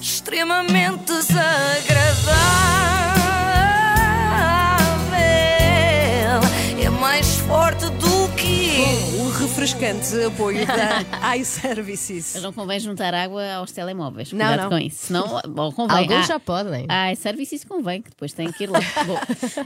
extremamente desagradável. É mais forte do que. O refrescante apoio da iServices. Mas não convém juntar água aos telemóveis. Não, Cuidado não. com isso. Senão, bom, convém. Alguns Ah, já podem. Ai, serviço isso convém, que depois tem que ir logo. Bom,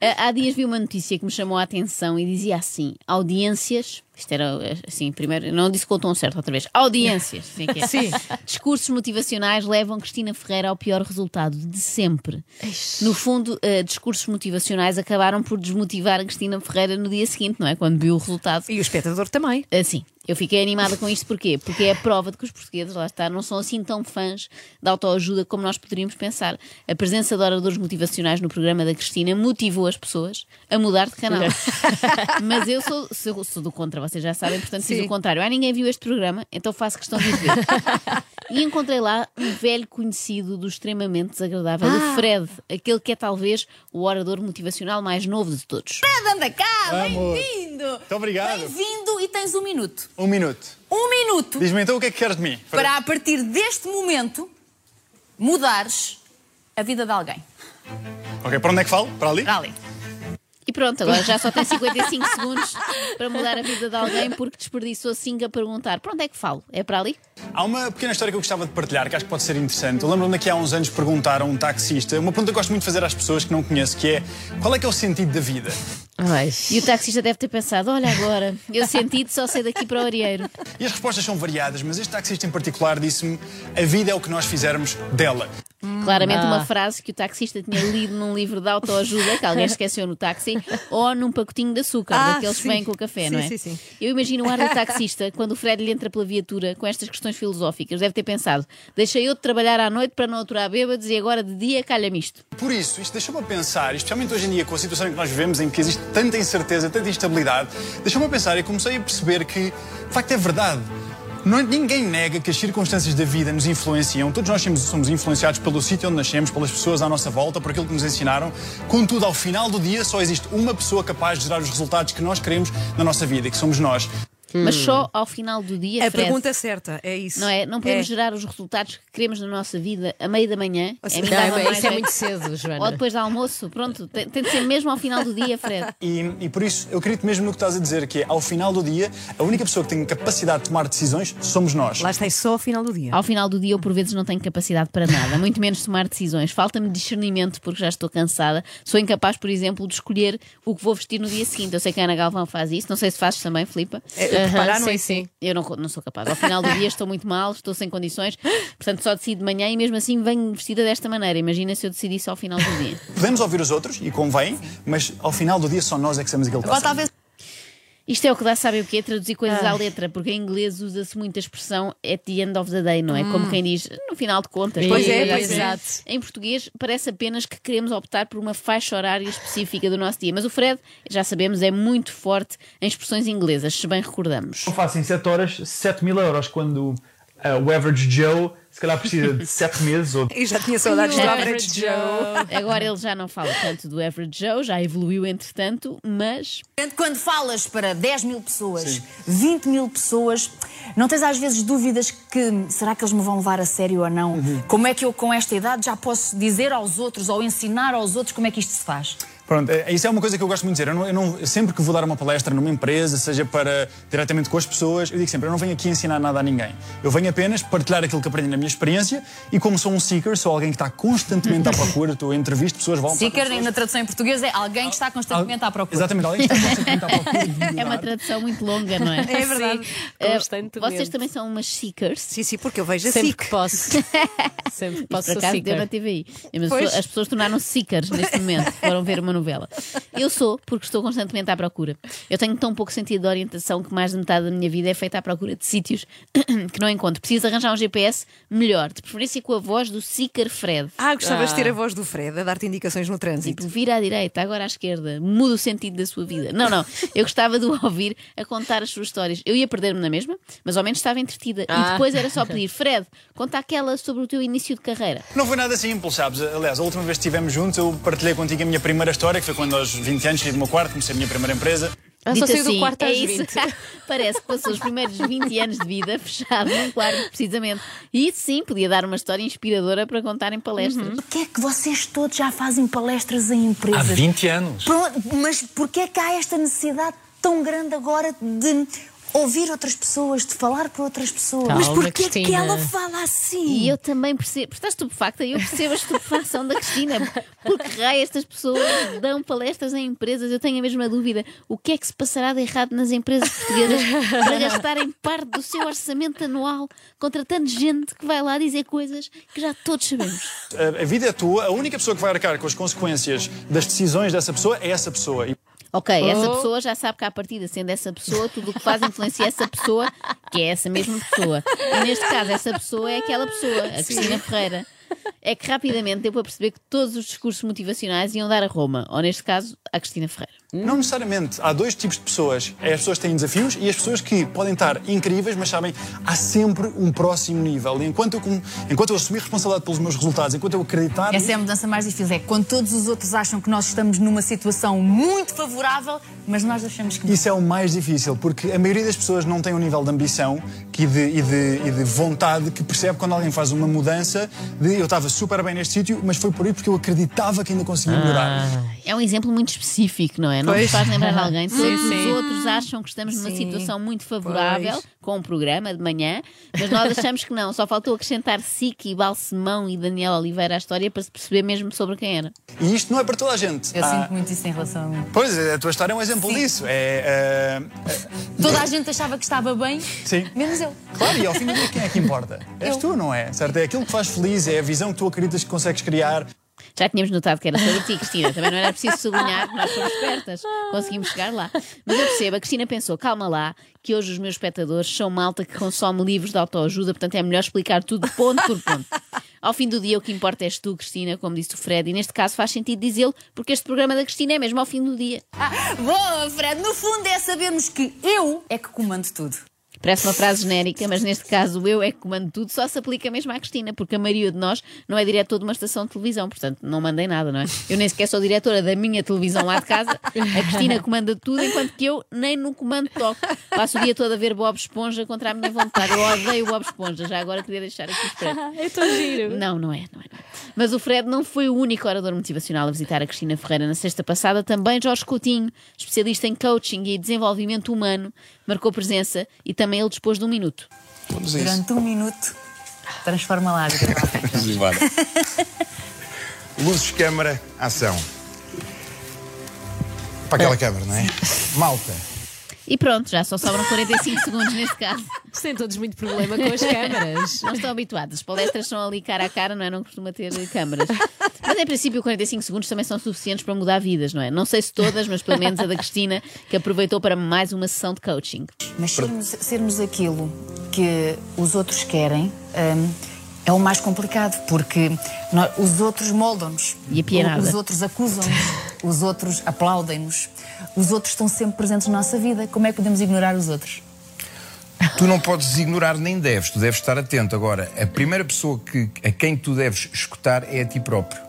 ah, há dias vi uma notícia que me chamou a atenção e dizia assim: audiências. Isto era assim, primeiro, não disse com o tom certo outra vez. Audiências. Assim que é. Sim. Discursos motivacionais levam Cristina Ferreira ao pior resultado de sempre. No fundo, ah, discursos motivacionais acabaram por desmotivar a Cristina Ferreira no dia seguinte, não é? Quando viu o resultado. E o espectador também. Ah, Sim, eu fiquei animada com isto porquê? Porque é a prova de que os portugueses, lá está, não são assim tão fãs da autoajuda como nós poderíamos pensar. A presença de oradores motivacionais no programa da Cristina motivou as pessoas a mudar de canal. Mas eu sou, sou, sou do contra, vocês já sabem, portanto Sim. fiz o contrário. Ah, ninguém viu este programa, então faço questão de o ver. E encontrei lá um velho conhecido do extremamente desagradável, o Fred, aquele que é talvez o orador motivacional mais novo de todos. Anda cá, Amor. bem-vindo! Muito obrigado. Bem-vindo e tens um minuto. Um minuto. Um minuto Diz-me então o que é que queres de mim? para, a partir deste momento, mudares a vida de alguém. Ok, para onde é que falo? Para ali? Para ali. E pronto, agora já só tem 55 segundos para mudar a vida de alguém porque desperdiçou 5 a perguntar: para onde é que falo? É para ali? Há uma pequena história que eu gostava de partilhar, que acho que pode ser interessante. Eu lembro-me que há uns anos perguntaram a um taxista, uma pergunta que eu gosto muito de fazer às pessoas que não conheço, que é qual é que é o sentido da vida? E o taxista deve ter pensado: olha agora, eu senti só sei daqui para o Arieiro. E as respostas são variadas, mas este taxista em particular disse-me a vida é o que nós fizermos dela. Claramente, Ah. uma frase que o taxista tinha lido num livro de autoajuda que alguém esqueceu no táxi ou num pacotinho de açúcar, Ah, daqueles sim. que vêm com o café, Sim, não é? sim, sim. Eu imagino o ar do taxista quando o Fred lhe entra pela viatura com estas questões filosóficas. Deve ter pensado: deixei eu de trabalhar à noite para não aturar bêbados e agora de dia calha-me isto. Por isso, isto deixou-me a pensar, especialmente hoje em dia, com a situação em que nós vivemos, em que existe tanta incerteza, tanta instabilidade, deixou-me a pensar e comecei a perceber que, de facto, é verdade. Não- é- ninguém nega que as circunstâncias da vida nos influenciam. Todos nós somos, somos influenciados pelo sítio onde nascemos, pelas pessoas à nossa volta, por aquilo que nos ensinaram. Contudo, ao final do dia, só existe uma pessoa capaz de gerar os resultados que nós queremos na nossa vida, que somos nós. Mas Hum. só ao final do dia, A Fred, pergunta certa, é isso. Não é? Não podemos gerar os resultados que queremos na nossa vida a meio da manhã. Ou É seja, me Não, dava é- mais isso é jeito. muito cedo, Ou Joana. depois do almoço. Pronto, tem, tem de ser mesmo ao final do dia, Fred. E, e por isso, eu acredito mesmo no que estás a dizer, que é, ao final do dia, a única pessoa que tem capacidade de tomar decisões somos nós. Lá está é só ao final do dia. Ao final do dia, eu por vezes não tenho capacidade para nada, muito menos tomar decisões. Falta-me discernimento porque já estou cansada. Sou incapaz, por exemplo, de escolher o que vou vestir no dia seguinte. Eu sei que a Ana Galvão faz isso, não sei se fazes também, Filipa. É, reparar, não é? sim, sim. Eu não, co- não sou capaz. Ao final do dia estou muito mal, estou sem condições, portanto só decido de manhã e mesmo assim venho vestida desta maneira. Imagina se eu decidisse ao final do dia. Podemos ouvir os outros, e convém, mas ao final do dia só nós é que sabemos aquilo que Agora passa. talvez Isto é o que dá, sabe o quê? Traduzir coisas Ah. à letra, porque em inglês usa-se muito a expressão at the end of the day, não é? Como quem diz no final de contas. Hum. Pois é, Qualquer pois coisa é. assim. Em português, parece apenas que queremos optar por uma faixa horária específica do nosso dia. Mas o Fred, já sabemos, é muito forte em expressões inglesas, se bem recordamos. eu faço em 7 horas 7 mil euros, quando ah, o average Joe se calhar precisa de 7 meses ou E já tinha saudades do Average Joe. Agora ele já não fala tanto do Average Joe, já evoluiu entretanto, mas Quando falas para 10 mil pessoas, 20 mil pessoas, não tens às vezes dúvidas que será que eles me vão levar a sério ou não? Como é que eu, com esta idade, já posso dizer aos outros ou ensinar aos outros como é que isto se faz? Pronto, é- isso é uma coisa que eu gosto muito de dizer. Eu não- eu não- sempre que vou dar uma palestra numa empresa, seja para diretamente com as pessoas, eu digo sempre: eu não venho aqui ensinar nada a ninguém. Eu venho apenas partilhar aquilo que aprendi na minha experiência e, como sou um seeker, sou alguém que está constantemente à procura, estou a entrevista, pessoas vão. Seeker, na tradução em português, é alguém que está constantemente à procura. Exatamente, alguém que está constantemente à procura. é de uma melhorar. tradução muito longa, não é? É verdade. Eh, Constantemente. Vocês também são umas seekers. Sim, sim, porque eu vejo a Sempre SIC. que posso. Sempre que posso Por sou acaso deu na seeker. TVI. Mas Pois. as pessoas tornaram-se seekers neste momento, foram ver uma novela. Eu sou, porque estou constantemente à procura. Eu tenho tão pouco sentido de orientação que mais de metade da minha vida é feita à procura de sítios que não encontro. Preciso arranjar um GPS melhor, de preferência com a voz do seeker Fred. Ah, gostavas de ter a voz do Fred a dar-te indicações no trânsito. Tipo, vira à direita, agora à esquerda, muda o sentido da sua vida. Não, não, eu gostava de o ouvir a contar as suas histórias. Eu ia perder-me na mesma, mas ao menos estava entretida. E depois era só pedir, Fred, conta aquela sobre o teu início de carreira. Não foi nada simples, sabes? Aliás, a última vez que estivemos juntos, eu partilhei contigo a minha primeira história, que foi quando aos 20 anos saí do meu quarto, comecei a minha primeira empresa. Ela só Dito saiu do assim, quarto é às isso. 20. Parece que passou os primeiros 20 anos de vida fechado num quarto, precisamente. E isso sim podia dar uma história inspiradora para contar em palestras. Uhum. Porquê é que vocês todos já fazem palestras em Há empresas? 20 anos. Pro- Mas porquê é que há esta necessidade tão grande agora de ouvir outras pessoas, de falar para outras pessoas? Calma, Mas porquê é que Cristina. ela fala assim? E eu também percebo, porque estás estupefacta, eu percebo a estupefação da Cristina. Porque raio estas pessoas dão palestras em empresas? Eu tenho a mesma dúvida. O que é que se passará de errado nas empresas portuguesas para gastarem parte do seu orçamento anual contratando gente que vai lá dizer coisas que já todos sabemos? A, a vida é tua, a única pessoa que vai arcar com as consequências das decisões dessa pessoa é essa pessoa. E Ok, essa Oh. pessoa já sabe que à partida, sendo essa pessoa, tudo o que faz influencia essa pessoa, que é essa mesma pessoa. E neste caso, essa pessoa é aquela pessoa, a Cristina Ferreira. É que rapidamente deu para perceber que todos os discursos motivacionais iam dar a Roma, ou neste caso, à Cristina Ferreira. Não necessariamente. Há dois tipos de pessoas. É as pessoas que têm desafios e as pessoas que podem estar incríveis, mas sabem, há sempre um próximo nível. E enquanto eu, com- enquanto eu assumir responsabilidade pelos meus resultados, enquanto eu acreditar. Essa é a mudança mais difícil, é quando todos os outros acham que nós estamos numa situação muito favorável, mas nós achamos que não. Isso é o mais difícil, porque a maioria das pessoas não tem o nível de ambição que- e, de, e de- e de vontade que percebe quando alguém faz uma mudança de eu estava super bem neste sítio, mas foi por aí porque eu acreditava que ainda conseguia Ah. melhorar. É um exemplo muito específico, não é? Não Pois. nos faz lembrar de alguém. Todos sim. os outros acham que estamos numa Sim, situação muito favorável, pois. com um programa de manhã, mas nós achamos que não. Só faltou acrescentar Siki, Balsemão e Daniel Oliveira à história para se perceber mesmo sobre quem era. E isto não é para toda a gente. Eu Há- sinto muito isso em relação a mim. Pois, a tua história é um exemplo disso. É, ah, Toda a gente achava que estava bem, Sim. menos eu. Claro, e ao fim do dia, quem é que importa? És tu, não é? Certo? É aquilo que faz feliz, é a visão que tu acreditas que consegues criar. Já tínhamos notado que era sobre ti, Cristina. Também não era preciso sublinhar que nós somos espertas. Conseguimos chegar lá. Mas eu percebo, a Cristina pensou, calma lá, que hoje os meus espectadores são malta que consome livros de autoajuda, portanto é melhor explicar tudo ponto por ponto. Ao fim do dia, o que importa és tu, Cristina, como disse o Fred, e neste caso faz sentido dizê-lo, porque este programa da Cristina é mesmo ao fim do dia. Ah, Boa, Fred, no fundo é sabermos que eu é que comando tudo. Parece uma frase genérica, mas neste caso o eu é que comando tudo, só se aplica mesmo à Cristina, porque a maioria de nós não é diretor de uma estação de televisão, portanto não mandei nada, não é? Eu nem sequer sou diretora da minha televisão lá de casa, a Cristina comanda tudo, enquanto que eu nem no comando toco. Passo o dia todo a ver Bob Esponja contra a minha vontade. Eu odeio Bob Esponja, já agora queria deixar aqui esperto. Eu estou giro. Não, não é, não é, não é. Mas o Fred não foi o único orador motivacional a visitar a Cristina Ferreira na sexta passada. Também Jorge Coutinho, especialista em coaching e desenvolvimento humano, marcou presença e também ele dispôs de um minuto. Vamos Durante um minuto, transforma lá a vida. Vamos embora. Luzes, câmara, ação. Para aquela câmara, não é? Malta. E pronto, já só sobram 45 segundos neste caso. Sem todos muito problema com as câmaras. Não estão habituados. As palestras são ali cara a cara, não é? Não costuma ter câmaras. Mas em princípio, 45 segundos também são suficientes para mudar vidas, não é? Não sei se todas, mas pelo menos a da Cristina, que aproveitou para mais uma sessão de coaching. Mas sermos, sermos aquilo que os outros querem hum, é o mais complicado, porque nó- os outros moldam-nos. E a pianada? Os outros acusam-nos, os outros aplaudem-nos, os outros estão sempre presentes na nossa vida. Como é que podemos ignorar os outros? Tu não podes ignorar nem deves, tu deves estar atento. Agora, a primeira pessoa que, a quem tu deves escutar é a ti próprio.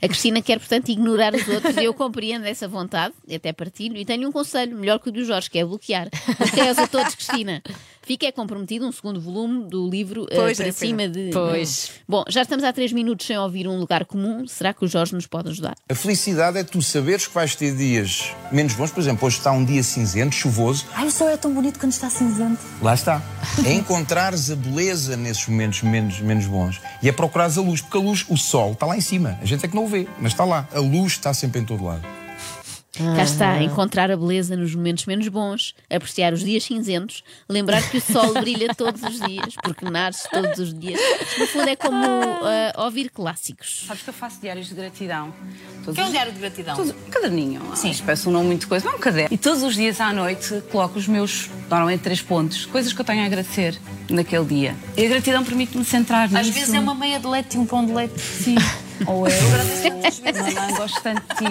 A Cristina quer, portanto, ignorar os outros e eu compreendo essa vontade, e até partilho, e tenho um conselho, melhor que o do Jorge, que é bloquear. Bloqueias a todos, Cristina. Fica é comprometido um segundo volume do livro eh, Pois, para é, cima de. Pois. Bom, já estamos há três minutos sem ouvir um lugar comum. Será que o Jorge nos pode ajudar? A felicidade é tu saberes que vais ter dias menos bons. Por exemplo, hoje está um dia cinzento, chuvoso. Ai, o sol é tão bonito quando está cinzento. Lá está. É encontrares a beleza nesses momentos menos, menos bons. E é procurares a luz, porque a luz, o sol, está lá em cima. A gente é que não o vê, mas está lá. A luz está sempre em todo lado. Cá está, encontrar a beleza nos momentos menos bons, apreciar os dias cinzentos, lembrar que o sol brilha todos os dias, porque nasce todos os dias. No fundo, é como eh, ouvir clássicos. Sabes que eu faço diários de gratidão. Todos Que é um os- diário de gratidão? todos- um caderninho. Sim. Sim. Peço um nome muito coisa, mas é um caderno. E todos os dias à noite coloco os meus, normalmente três pontos, coisas que eu tenho a agradecer naquele dia. E a gratidão permite-me centrar nisso. Às vezes é uma meia de leite e um pão de leite. Sim. Ou é. Mamãe, gosto tanto de ti.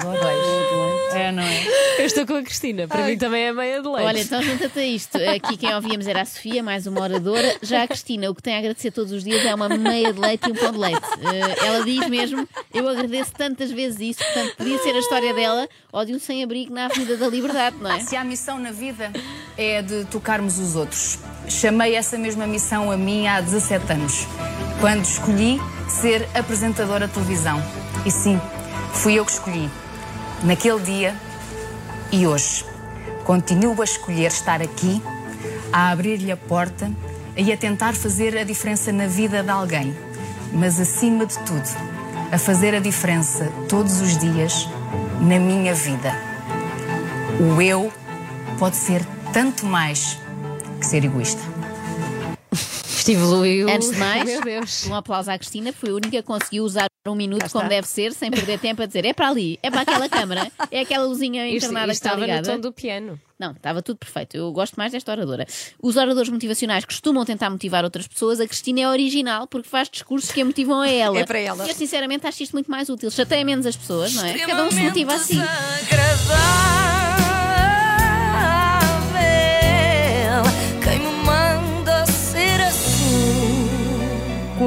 Eu adoro. É, não é? Eu estou com a Cristina, para mim também é meia de leite. Olha, então junta-te a isto. Aqui quem ouvíamos era a Sofia, mais uma oradora. Já a Cristina, o que tem a agradecer todos os dias é uma meia de leite e um pão de leite. Eh, ela diz mesmo, eu agradeço tantas vezes isso, portanto, podia ser a história dela ou de um sem-abrigo na Avenida da Liberdade, não é? Se há missão na vida é de tocarmos os outros. Chamei essa mesma missão a mim há 17 anos, quando escolhi ser apresentadora de televisão. E sim, fui eu que escolhi. Naquele dia e hoje. Continuo a escolher estar aqui, a abrir-lhe a porta e a tentar fazer a diferença na vida de alguém. Mas acima de tudo, a fazer a diferença todos os dias na minha vida. O eu pode ser tanto mais que ser egoísta. Isto evoluiu. Antes de mais, Meu Deus. um aplauso à Cristina, foi a única que conseguiu usar um minuto como deve ser, sem perder tempo a dizer é para ali, é para aquela câmara, é aquela luzinha Isto, internada isto que está estava no ligada. tom do piano. Não, estava tudo perfeito. Eu gosto mais desta oradora. Os oradores motivacionais costumam tentar motivar outras pessoas. A Cristina é original porque faz discursos que a motivam a ela. É para ela. Eu, sinceramente, acho isto muito mais útil. Chateia menos as pessoas, não é? Cada um se motiva a si. Desagradável, quem me manda ser assim? Com